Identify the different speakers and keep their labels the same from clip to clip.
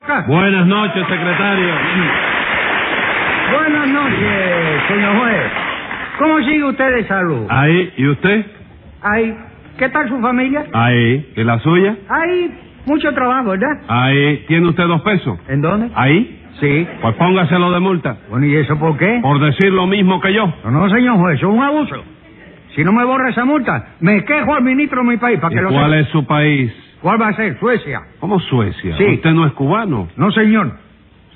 Speaker 1: Carabaza.
Speaker 2: Buenas noches, secretario.
Speaker 1: Buenas noches, señor juez. ¿Cómo sigue usted de salud?
Speaker 2: Ahí, ¿y usted?
Speaker 1: Ay, ¿qué tal su familia?
Speaker 2: Ah. Ahí. ¿Y la suya?
Speaker 1: Hay mucho trabajo, ¿verdad?
Speaker 2: Ahí. ¿Tiene usted dos pesos?
Speaker 1: ¿En dónde?
Speaker 2: Ahí.
Speaker 1: Sí.
Speaker 2: Pues póngaselo de multa.
Speaker 1: Bueno, ¿y eso por qué?
Speaker 2: Por decir lo mismo que yo.
Speaker 1: No, no, señor juez, eso es un abuso. Si no me borra esa multa, me quejo al ministro de mi país para
Speaker 2: ¿Y
Speaker 1: que lo
Speaker 2: cuál
Speaker 1: sepa.
Speaker 2: es su país?
Speaker 1: ¿Cuál va a ser? Suecia.
Speaker 2: ¿Cómo Suecia?
Speaker 1: Sí.
Speaker 2: Usted no es cubano.
Speaker 1: No, señor.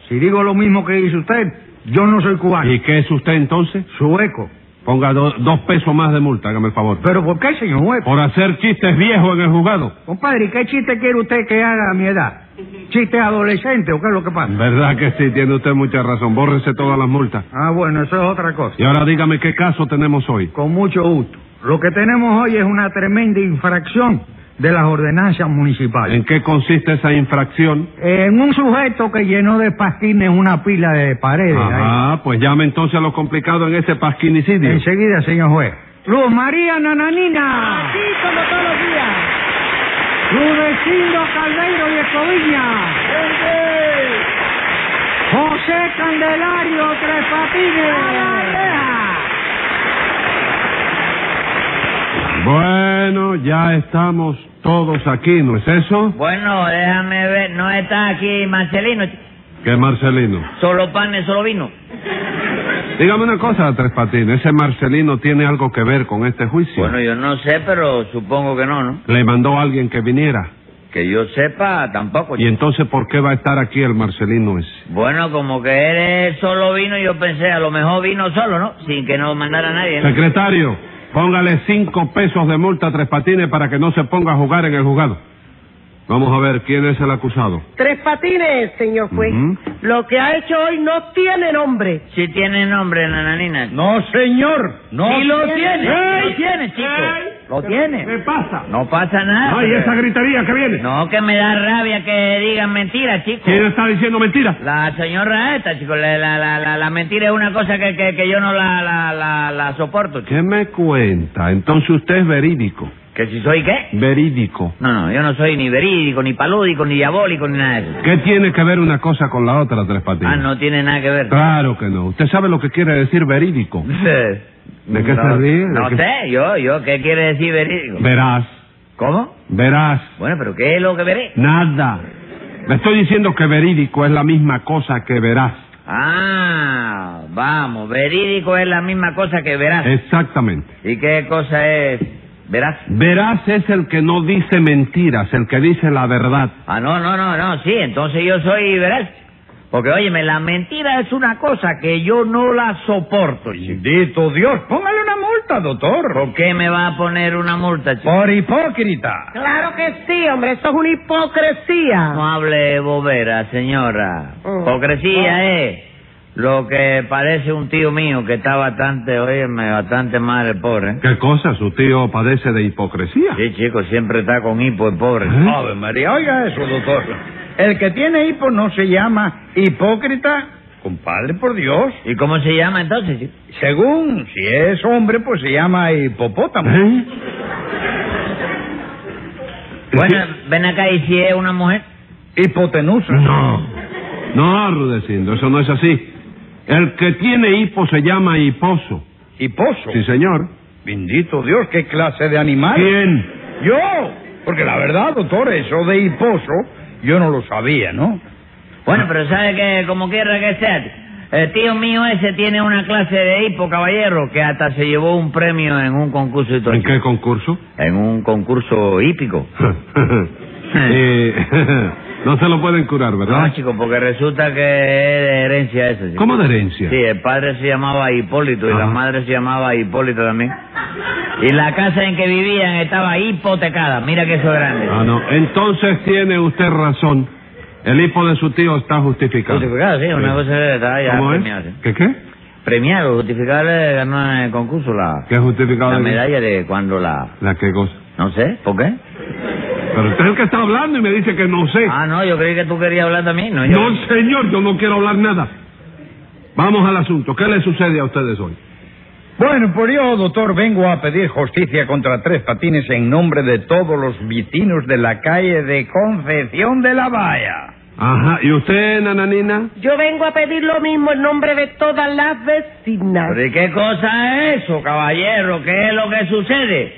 Speaker 1: Si digo lo mismo que dice usted, yo no soy cubano.
Speaker 2: ¿Y qué es usted entonces?
Speaker 1: Sueco.
Speaker 2: Ponga do- dos pesos más de multa, hágame el favor.
Speaker 1: ¿Pero por qué, señor juez?
Speaker 2: Por hacer chistes viejos en el juzgado.
Speaker 1: Compadre, ¿y ¿qué chiste quiere usted que haga a mi edad? ¿Chiste adolescente o qué es lo que pasa?
Speaker 2: Verdad que sí, tiene usted mucha razón. Bórrese todas las multas.
Speaker 1: Ah, bueno, eso es otra cosa.
Speaker 2: Y ahora dígame qué caso tenemos hoy.
Speaker 1: Con mucho gusto. Lo que tenemos hoy es una tremenda infracción de las ordenanzas municipales.
Speaker 2: ¿En qué consiste esa infracción?
Speaker 1: En un sujeto que llenó de pasquines una pila de paredes. ahí.
Speaker 2: Ajá, pues llame entonces a lo complicado en ese pasquinicidio.
Speaker 1: Enseguida, señor juez. Luz María Nananina.
Speaker 3: Así como todos los días.
Speaker 1: Rudecindo Caldeiro y Escoviña. José Candelario Tres Patines.
Speaker 2: Bueno, ya estamos todos aquí, ¿no es eso?
Speaker 3: Bueno, déjame ver, no está aquí Marcelino.
Speaker 2: Que Marcelino.
Speaker 3: Solo panes, solo vino.
Speaker 2: Dígame una cosa, Tres Patines, ¿ese Marcelino tiene algo que ver con este juicio?
Speaker 3: Bueno, yo no sé, pero supongo que no, ¿no?
Speaker 2: Le mandó a alguien que viniera.
Speaker 3: Que yo sepa, tampoco.
Speaker 2: ¿Y entonces por qué va a estar aquí el Marcelino ese?
Speaker 3: Bueno, como que él es solo vino, yo pensé, a lo mejor vino solo, ¿no? Sin que no mandara a nadie. ¿no?
Speaker 2: Secretario, póngale cinco pesos de multa a Tres Patines para que no se ponga a jugar en el juzgado. Vamos a ver quién es el acusado.
Speaker 4: Tres patines, señor juez.
Speaker 2: Ujú.
Speaker 4: Lo que ha hecho hoy no tiene nombre.
Speaker 3: Si tiene nombre, nananina.
Speaker 1: No, señor. No.
Speaker 3: Sí lo tiene,
Speaker 2: ¡Ey!
Speaker 3: lo tiene, chico.
Speaker 2: ¡Ey!
Speaker 3: Lo tiene.
Speaker 2: pasa?
Speaker 3: No pasa nada.
Speaker 2: Ay, esa gritería que viene.
Speaker 3: No, que me da rabia que digan mentiras, chico.
Speaker 2: ¿Quién está diciendo mentiras?
Speaker 3: La señora esta, chico, la, la, la, la, la mentira es una cosa que, que, que yo no la, la, la, la soporto, chico.
Speaker 2: ¿Qué me cuenta? Entonces usted es verídico.
Speaker 3: ¿Que si soy qué?
Speaker 2: Verídico.
Speaker 3: No, no, yo no soy ni verídico, ni palúdico, ni diabólico, ni nada de eso.
Speaker 2: ¿Qué tiene que ver una cosa con la otra, Tres Patines?
Speaker 3: Ah, no tiene nada que ver.
Speaker 2: Claro que no. Usted sabe lo que quiere decir verídico. ¿De qué se
Speaker 3: No,
Speaker 2: ríe? ¿De
Speaker 3: No
Speaker 2: qué-
Speaker 3: sé, yo, yo, ¿qué quiere decir verídico?
Speaker 2: Verás,
Speaker 3: ¿Cómo?
Speaker 2: verás,
Speaker 3: Bueno, pero ¿qué es lo que veré?
Speaker 2: nada. Le estoy diciendo que verídico es la misma cosa que verás.
Speaker 3: Ah, vamos, verídico es la misma cosa que verás.
Speaker 2: Exactamente.
Speaker 3: ¿Y qué cosa es verás?
Speaker 2: Verás es el que no dice mentiras, el que dice la verdad.
Speaker 3: Ah, no, no, no, no, sí, entonces yo soy veraz. Porque, óyeme, la mentira es una cosa que yo no la soporto, chico.
Speaker 1: Bendito Dios, póngale una multa, doctor.
Speaker 3: ¿Por qué me va a poner una multa, chico?
Speaker 1: Por hipócrita.
Speaker 4: Claro que sí, hombre, eso es una hipocresía.
Speaker 3: No hable bobera, señora.
Speaker 4: Oh.
Speaker 3: Hipocresía
Speaker 4: Oh.
Speaker 3: es lo que parece un tío mío que está bastante, óyeme, bastante mal el pobre.
Speaker 2: ¿Qué cosa? Su tío padece de hipocresía.
Speaker 3: Sí, chico, siempre está con hipo el pobre.
Speaker 2: ¿Eh?
Speaker 1: Ave María, oiga eso, doctor. El que tiene hipo no se llama hipócrita, compadre, por Dios.
Speaker 3: ¿Y cómo se llama entonces, chico?
Speaker 1: Según, si es hombre, pues se llama hipopótamo.
Speaker 2: ¿Eh?
Speaker 3: Bueno, ven acá y si es una mujer.
Speaker 1: Hipotenusa.
Speaker 2: No, no, Rudecindo, eso no es así. El que tiene hipo se llama hiposo.
Speaker 1: Hiposo.
Speaker 2: Sí, señor.
Speaker 1: Bendito Dios, qué clase de animal.
Speaker 2: ¿Quién?
Speaker 1: Yo. Porque la verdad, doctor, eso de hiposo, yo no lo sabía, ¿no?
Speaker 3: Bueno, pero sabe que como quiera que sea, el tío mío ese tiene una clase de hipo, caballero, que hasta se llevó un premio en un concurso y todo.
Speaker 2: ¿En qué concurso?
Speaker 3: En un concurso hípico.
Speaker 2: Eh, no se lo pueden curar,
Speaker 3: No,
Speaker 2: ¿verdad?
Speaker 3: chico, porque resulta que es de herencia eso. chico.
Speaker 2: ¿Ah? ¿Cómo de herencia?
Speaker 3: Sí, el padre se llamaba Hipólito y
Speaker 2: Ah.
Speaker 3: la madre se llamaba Hipólito también. Y la casa en que vivían estaba hipotecada. Mira que eso es grande.
Speaker 2: Ah, no. Entonces tiene usted razón. El hipo de su tío está justificado.
Speaker 3: Justificado, sí, una cosa que estaba ya
Speaker 2: ¿Cómo es?
Speaker 3: premiado. sí.
Speaker 2: ¿Qué qué?
Speaker 3: Premiado, justificado, eh, ganó en el concurso la,
Speaker 2: ¿Qué justificado?
Speaker 3: la
Speaker 2: de qué?
Speaker 3: medalla de cuando la...
Speaker 2: ¿La qué cosa?
Speaker 3: No sé, ¿por qué?
Speaker 2: Pero usted es el que está hablando y me dice que no sé.
Speaker 3: Ah, no, yo creí que tú querías hablar también, ¿no? Yo...
Speaker 2: No, señor, yo no quiero hablar nada. Vamos al asunto. ¿Qué le sucede a ustedes hoy?
Speaker 1: Bueno, por yo, doctor, vengo a pedir justicia contra Tres Patines en nombre de todos los vecinos de la calle de Concepción de la Valla.
Speaker 2: Ajá. ¿Y usted, nananina?
Speaker 4: Yo vengo a pedir lo mismo en nombre de todas las vecinas.
Speaker 3: ¿Pero y qué cosa es eso, caballero? ¿Qué es lo que sucede?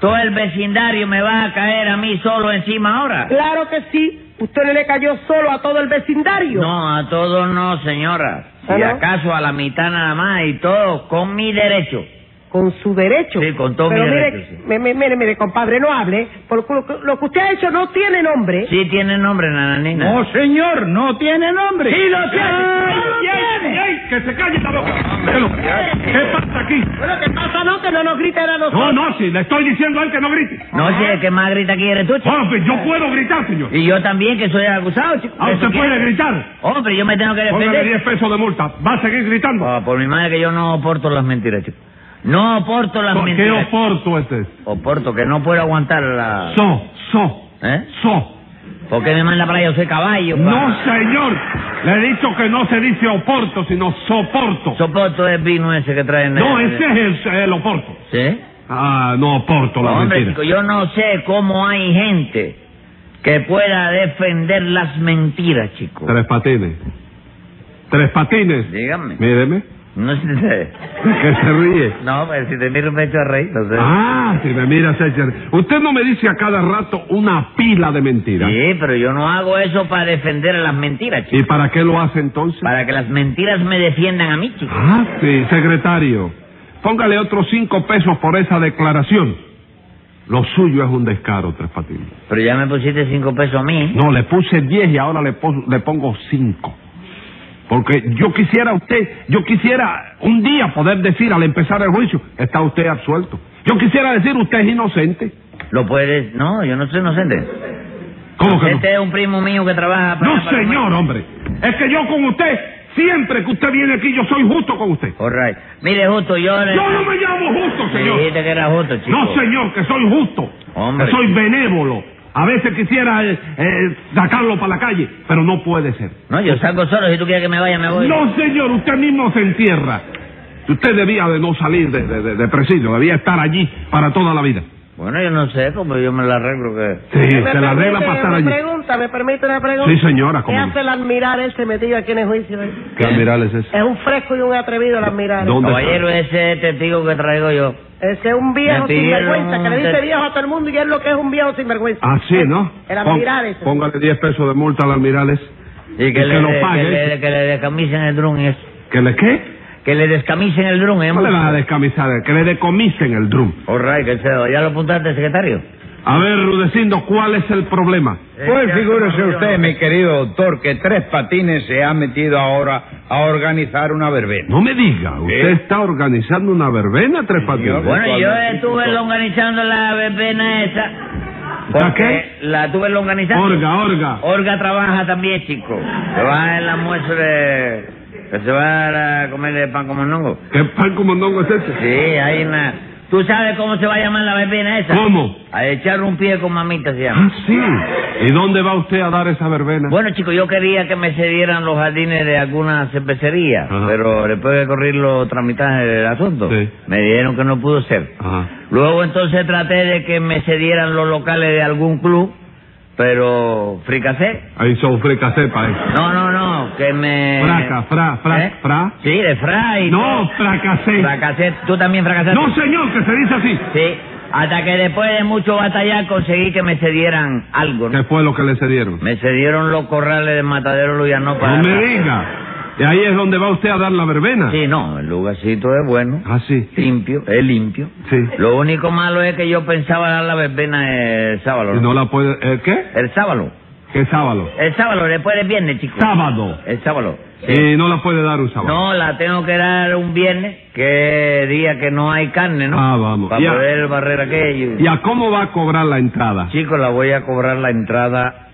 Speaker 3: ¿Todo el vecindario me va a caer a mí solo encima ahora?
Speaker 4: Claro que sí. Usted no le cayó solo a todo el vecindario.
Speaker 3: No, a todos no, señora.
Speaker 4: ¿Ah,
Speaker 3: Y
Speaker 4: no?
Speaker 3: acaso a la mitad nada más y todo con mi derecho.
Speaker 4: Con su derecho.
Speaker 3: Sí, con todo
Speaker 4: Pero
Speaker 3: mi
Speaker 4: mire,
Speaker 3: derecho, sí.
Speaker 4: me- me- mire, mire, compadre, no hable. Porque lo que, lo que usted ha hecho no tiene nombre.
Speaker 3: Sí tiene nombre, nananina.
Speaker 1: No, señor, no tiene nombre.
Speaker 3: ¡Sí lo tiene! ¡No lo tiene!
Speaker 2: ¡Que se calle la boca! ¿Qué pasa aquí?
Speaker 4: Bueno, ¿qué pasa? No, que no nos griten a nosotros.
Speaker 2: No, no, si le estoy diciendo a él que no grite.
Speaker 3: No, si el que más grita aquí eres tú, chico.
Speaker 2: Bueno, pues yo puedo gritar, señor.
Speaker 3: Y yo también, que soy acusado, chico.
Speaker 2: Ah,
Speaker 3: ¿Eso
Speaker 2: usted
Speaker 3: qué?
Speaker 2: puede gritar.
Speaker 3: Hombre, yo me tengo que
Speaker 2: Póngale
Speaker 3: defender.
Speaker 2: 10 pesos de multa. Va a seguir gritando.
Speaker 3: Ah, por mi madre que yo no soporto las mentiras, chico. No soporto las
Speaker 2: ¿Por qué
Speaker 3: mentiras.
Speaker 2: oporto este?
Speaker 3: Soporto, que no puedo aguantar la...
Speaker 2: So, so,
Speaker 3: ¿Eh?
Speaker 2: so.
Speaker 3: ¿Por qué me manda para allá? Yo soy caballo.
Speaker 2: No,
Speaker 3: pa-
Speaker 2: señor. Le he dicho que no se dice oporto, sino soporto.
Speaker 3: Soporto es vino ese que traen.
Speaker 2: No,
Speaker 3: eh,
Speaker 2: ese es el, el oporto.
Speaker 3: ¿Sí?
Speaker 2: Ah, no oporto la
Speaker 3: Hombre,
Speaker 2: mentira.
Speaker 3: chico, yo no sé cómo hay gente que pueda defender las mentiras, chico.
Speaker 2: Tres patines. Tres patines.
Speaker 3: Dígame.
Speaker 2: Míreme.
Speaker 3: No sé.
Speaker 2: Que se ríe.
Speaker 3: No, pero si te miro me echo a reír, no sé.
Speaker 2: Ah, si me mira, Secher. Usted no me dice a cada rato una pila de mentiras.
Speaker 3: Sí, pero yo no hago eso para defender a las mentiras, chico.
Speaker 2: ¿Y para qué lo hace entonces?
Speaker 3: Para que las mentiras me defiendan a mí, chico.
Speaker 2: Ah, sí, secretario. Póngale otros cinco pesos por esa declaración. Lo suyo es un descaro, Tres Patines.
Speaker 3: Pero ya me pusiste cinco pesos a mí.
Speaker 2: No, le puse diez y ahora le, pos- le pongo cinco. Porque yo quisiera usted, yo quisiera un día poder decir al empezar el juicio, está usted absuelto. Yo quisiera decir, usted es inocente.
Speaker 3: Lo puedes... No, yo no soy inocente.
Speaker 2: ¿Cómo que no?
Speaker 3: Este es un primo mío que trabaja para...
Speaker 2: No,
Speaker 3: para-
Speaker 2: señor, hombre. Es que yo con usted, siempre que usted viene aquí, yo soy justo con usted.
Speaker 3: All right. Mire, justo, yo... le-
Speaker 2: Yo no me llamo justo,
Speaker 3: Me
Speaker 2: señor.
Speaker 3: dijiste que era justo, chico.
Speaker 2: No, señor, que soy justo.
Speaker 3: Hombre.
Speaker 2: Que soy benévolo. A veces quisiera eh, eh, sacarlo para la calle, pero no puede ser.
Speaker 3: No, yo salgo solo. Si tú quieres que me vaya, me voy.
Speaker 2: No, señor, usted mismo se entierra. Usted debía de no salir de, de- de- de presidio, debía estar allí para toda la vida.
Speaker 3: Bueno, yo no sé cómo yo me la arreglo que...
Speaker 2: Sí,
Speaker 4: Me
Speaker 2: se la arregla
Speaker 4: permite
Speaker 2: para estar
Speaker 4: una
Speaker 2: allí.
Speaker 4: pregunta, me permite una pregunta.
Speaker 2: Sí, señora,
Speaker 4: ¿Qué
Speaker 2: cómo no.
Speaker 4: hace el admirar ese metido aquí en el juicio? eh?
Speaker 2: ¿Qué admiral es ese?
Speaker 4: Es un fresco y un atrevido el admirar.
Speaker 2: ¿Dónde está?
Speaker 3: Caballero, ese testigo que traigo yo.
Speaker 4: Ese es un viejo
Speaker 3: Me pidieron
Speaker 4: sinvergüenza, que le
Speaker 3: un
Speaker 4: dice
Speaker 3: te-
Speaker 4: viejo a todo el mundo y es lo que es un viejo sinvergüenza.
Speaker 2: Así, Ah, ¿no?
Speaker 4: El
Speaker 2: Pon-
Speaker 4: admirar ese.
Speaker 2: Póngale 10 pesos de multa al admirales.
Speaker 3: Y que,
Speaker 2: que
Speaker 3: le,
Speaker 2: lo
Speaker 3: de-
Speaker 2: pague.
Speaker 3: Que le, que le descamisen el drum y eso.
Speaker 2: ¿Que le qué?
Speaker 3: Que le descamisen el drum, ¿eh?
Speaker 2: No le van a descamisar, que le decomisen el drum.
Speaker 3: All right, que se- ¿Ya lo apuntaste, secretario?
Speaker 2: A ver, Rudecindo, ¿cuál es el problema?
Speaker 1: Pues figúrese usted, mi querido doctor, que Tres Patines se ha metido ahora a organizar una verbena.
Speaker 2: No me diga, usted
Speaker 1: ¿Eh?
Speaker 2: está organizando una verbena, Tres Patines.
Speaker 1: señor.
Speaker 3: Bueno, yo
Speaker 1: Actualmente,
Speaker 3: estuve
Speaker 1: doctor.
Speaker 3: organizando la verbena esa.
Speaker 2: ¿La
Speaker 3: porque La tuve organizando.
Speaker 2: Orga, orga.
Speaker 3: Olga trabaja también, chico. Se va el almuerzo de... que se va a comer el pan como hongo.
Speaker 2: ¿Qué pan como es
Speaker 3: Sí,
Speaker 2: ese?
Speaker 3: hay una... ¿Tú sabes cómo se va a llamar la verbena esa?
Speaker 2: ¿Cómo?
Speaker 3: A echar un pie con mamita se
Speaker 2: Ah,
Speaker 3: llama.
Speaker 2: sí. ¿Y dónde va usted a dar esa verbena?
Speaker 3: Bueno, chicos, yo quería que me cedieran los jardines de alguna cervecería,
Speaker 2: Ajá.
Speaker 3: pero después de correr los tramitajes del asunto,
Speaker 2: Sí.
Speaker 3: me dijeron que no pudo ser.
Speaker 2: Ajá.
Speaker 3: Luego entonces traté de que me cedieran los locales de algún club, pero fricasé.
Speaker 2: Ahí son fricasé, para eso.
Speaker 3: No, no, no, que me...
Speaker 2: Fraca, fra, fra,
Speaker 3: ¿Eh?
Speaker 2: fra.
Speaker 3: Sí, de fra y
Speaker 2: No, fracasé.
Speaker 3: Fracasé, tú también fracasaste.
Speaker 2: No, señor, que se dice así.
Speaker 3: Sí, hasta que después de mucho batallar conseguí que me cedieran algo, ¿no?
Speaker 2: ¿Qué fue lo que le cedieron?
Speaker 3: Me cedieron los corrales de Matadero Luyano para...
Speaker 2: No me diga. Y ahí es donde va usted a dar la verbena.
Speaker 3: Sí, no, el lugarcito es bueno,
Speaker 2: Ah, sí.
Speaker 3: limpio, es limpio.
Speaker 2: Sí.
Speaker 3: Lo único malo es que yo pensaba dar la verbena el sábado.
Speaker 2: Y no la puede... ¿eh, ¿Qué?
Speaker 3: El sábado.
Speaker 2: ¿Qué sábado?
Speaker 3: El sábado, después del viernes, chicos.
Speaker 2: Sábado.
Speaker 3: El sábado.
Speaker 2: Y no la puede dar un sábado.
Speaker 3: No, la tengo que dar un viernes, que día que no hay carne, ¿no?
Speaker 2: Ah, vamos.
Speaker 3: Para
Speaker 2: Y a-
Speaker 3: poder barrer aquello.
Speaker 2: ¿Y a cómo va a cobrar la entrada?
Speaker 3: Chicos, la voy a cobrar la entrada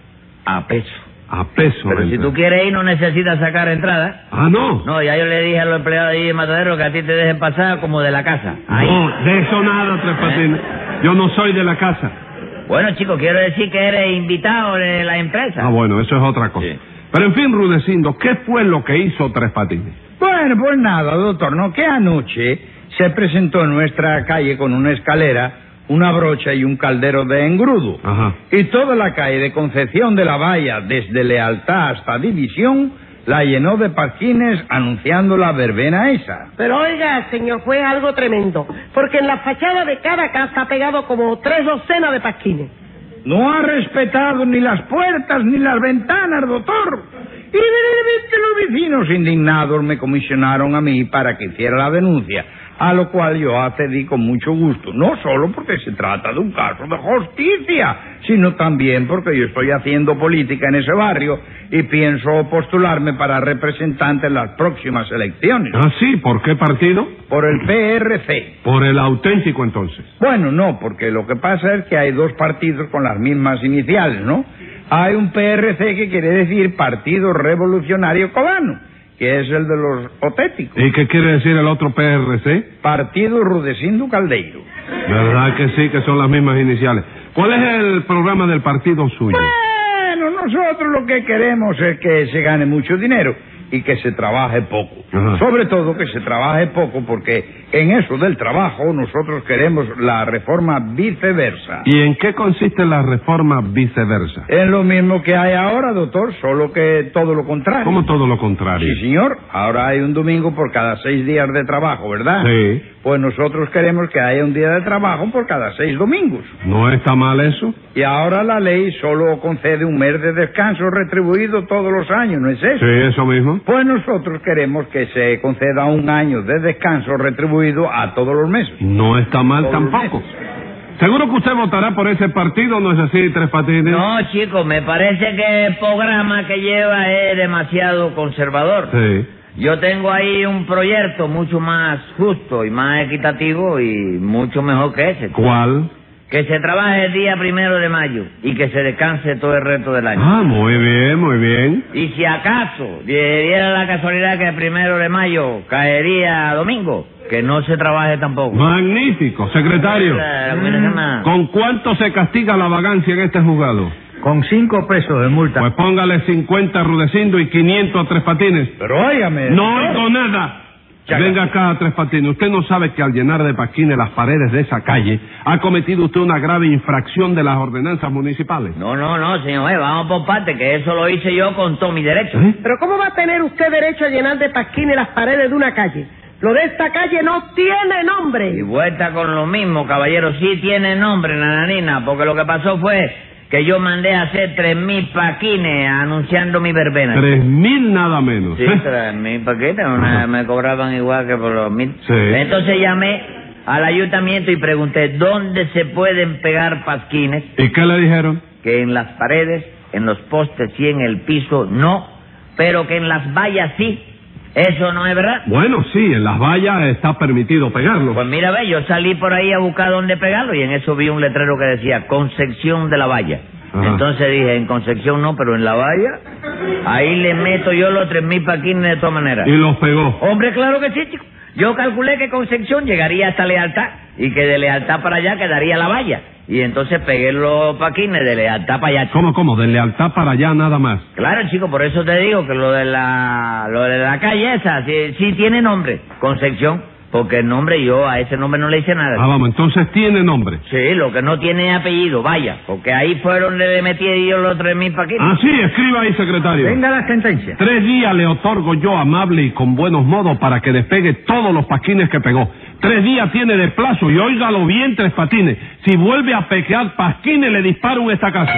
Speaker 3: a peso.
Speaker 2: A peso.
Speaker 3: Pero
Speaker 2: la
Speaker 3: si
Speaker 2: entrada.
Speaker 3: tú quieres ir, no necesitas sacar entrada.
Speaker 2: Ah, no.
Speaker 3: No, ya yo le dije a los empleados ahí de Matadero que a ti te dejen pasar como de la casa. Ahí. Eh.
Speaker 2: No, de eso nada, Tres Patines. Yo no soy de la casa. Ah,
Speaker 3: Bueno, chicos, quiero decir que eres invitado de la empresa.
Speaker 2: Ah, bueno, eso es otra cosa.
Speaker 3: Sí.
Speaker 2: Pero en fin, Rudecindo, ¿qué fue lo que hizo Tres Patines?
Speaker 1: Bueno, pues nada, doctor, ¿no? Que anoche se presentó en nuestra calle con una escalera una brocha y un caldero de engrudo.
Speaker 2: Ajá.
Speaker 1: Y toda la calle de Concepción de la Valla, desde Lealtad hasta División, la llenó de parquines anunciando la verbena esa.
Speaker 4: Pero oiga, señor juez, algo tremendo. Porque en la fachada de cada casa ha pegado como tres docenas de pasquines.
Speaker 1: No ha respetado ni las puertas ni las ventanas, doctor. Y brevemente los vecinos indignados me comisionaron a mí para que hiciera la denuncia, a lo cual yo accedí con mucho gusto, no solo porque se trata de un caso de justicia, sino también porque yo estoy haciendo política en ese barrio y pienso postularme para representante en las próximas elecciones,
Speaker 2: Ah, sí, ¿por qué partido?
Speaker 1: por el PRC.
Speaker 2: Por el auténtico entonces.
Speaker 1: Bueno, no, porque lo que pasa es que hay dos partidos con las mismas iniciales, ¿no? Hay un PRC que quiere decir Partido Revolucionario Cubano, que es el de los otéticos.
Speaker 2: ¿Y qué quiere decir el otro PRC?
Speaker 1: Partido Rudecindo Caldeiro.
Speaker 2: ¿Verdad que sí, que son las mismas iniciales? ¿Cuál es el programa del partido suyo?
Speaker 1: Bueno, nosotros lo que queremos es que se gane mucho dinero y que se trabaje poco.
Speaker 2: Ajá.
Speaker 1: Sobre todo que se trabaje poco porque en eso del trabajo nosotros queremos la reforma viceversa.
Speaker 2: ¿Y en qué consiste la reforma viceversa?
Speaker 1: Es lo mismo que hay ahora, doctor, solo que todo lo contrario.
Speaker 2: Como todo lo contrario.
Speaker 1: Sí, señor. Ahora hay un domingo por cada seis días de trabajo, ¿verdad?
Speaker 2: Sí.
Speaker 1: Pues nosotros queremos que haya un día de trabajo por cada seis domingos.
Speaker 2: ¿No está mal eso?
Speaker 1: Y ahora la ley solo concede un mes de descanso retribuido todos los años, ¿no es
Speaker 2: Sí,
Speaker 1: eso?
Speaker 2: eso mismo.
Speaker 1: Pues nosotros queremos que se conceda un año de descanso retribuido a todos los meses.
Speaker 2: No está mal
Speaker 1: Por
Speaker 2: tampoco. ¿Seguro que usted votará por ese partido, no es así, Tres Patines?
Speaker 3: No, chico, me parece que el programa que lleva es demasiado conservador.
Speaker 2: Sí.
Speaker 3: Yo tengo ahí un proyecto mucho más justo y más equitativo y mucho mejor que ese.
Speaker 2: ¿Cuál?
Speaker 3: Que se trabaje el día primero de mayo y que se descanse todo el resto del año.
Speaker 2: Ah, muy bien, muy bien.
Speaker 3: Y si acaso diera la casualidad que el primero de mayo caería domingo, que no se trabaje tampoco.
Speaker 2: Magnífico, secretario.
Speaker 3: La- la buena semana.
Speaker 2: ¿Con cuánto se castiga la vagancia en este juzgado?
Speaker 5: Con cinco pesos de multa.
Speaker 2: Pues póngale 50 a Rudecindo y 500 a Tres Patines.
Speaker 1: Pero óigame.
Speaker 2: No oigo nada.
Speaker 1: Ya,
Speaker 2: Venga acá, Tres Patines. Usted no sabe que al llenar de paquines las paredes de esa calle ha cometido usted una grave infracción de las ordenanzas municipales.
Speaker 3: No, no, no, señor juez, vamos por parte, que eso lo hice yo con todo mi derecho.
Speaker 2: ¿Eh?
Speaker 4: Pero ¿cómo va a tener usted derecho a llenar de pasquines las paredes de una calle? Lo de esta calle no tiene
Speaker 3: Y
Speaker 4: nombre.
Speaker 3: vuelta con lo mismo, caballero, sí tiene nombre, nananina, porque lo que pasó fue que yo mandé a hacer tres mil paquines anunciando mi verbena.
Speaker 2: Tres mil nada menos.
Speaker 3: Sí,
Speaker 2: ¿eh?
Speaker 3: tres mil paquines, una- me cobraban igual que por los mil.
Speaker 2: Sí.
Speaker 3: Entonces llamé al ayuntamiento y pregunté dónde se pueden pegar pasquines
Speaker 2: ¿Y qué le dijeron?
Speaker 3: que en las paredes, en los postes y en el piso no, pero que en las vallas sí. Eso no es verdad.
Speaker 2: Bueno, sí, en las vallas está permitido pegarlo.
Speaker 3: Pues mira, ve, yo salí por ahí a buscar dónde pegarlo y en eso vi un letrero que decía Concepción de la Valla.
Speaker 2: Ajá.
Speaker 3: Entonces dije, en Concepción no, pero en la Valla, ahí le meto yo los tres mil paquines de todas maneras.
Speaker 2: Y los pegó.
Speaker 3: Hombre, claro que sí, chico. Yo calculé que Concepción llegaría hasta Lealtad y que de Lealtad para allá quedaría la Valla. Y entonces pegué los paquines de Lealtad para allá. chico.
Speaker 2: ¿Cómo, cómo? De lealtad para allá nada más.
Speaker 3: Claro, chico, por eso te digo que lo de la, lo de la calle esa sí, sí tiene nombre, Concepción, porque el nombre yo a ese nombre no le hice nada.
Speaker 2: Ah, vamos, entonces tiene nombre.
Speaker 3: Sí, lo que no tiene apellido, vaya, porque ahí fue donde le metí yo los tres mil paquitos.
Speaker 2: Ah, sí, escriba ahí, secretario.
Speaker 5: Venga la sentencia.
Speaker 2: Tres días le otorgo yo amable y con buenos modos para que despegue todos los paquines que pegó. Tres días tiene de plazo y óigalo bien, tres patines. Si vuelve a pegar pasquines, le disparo un estacazo.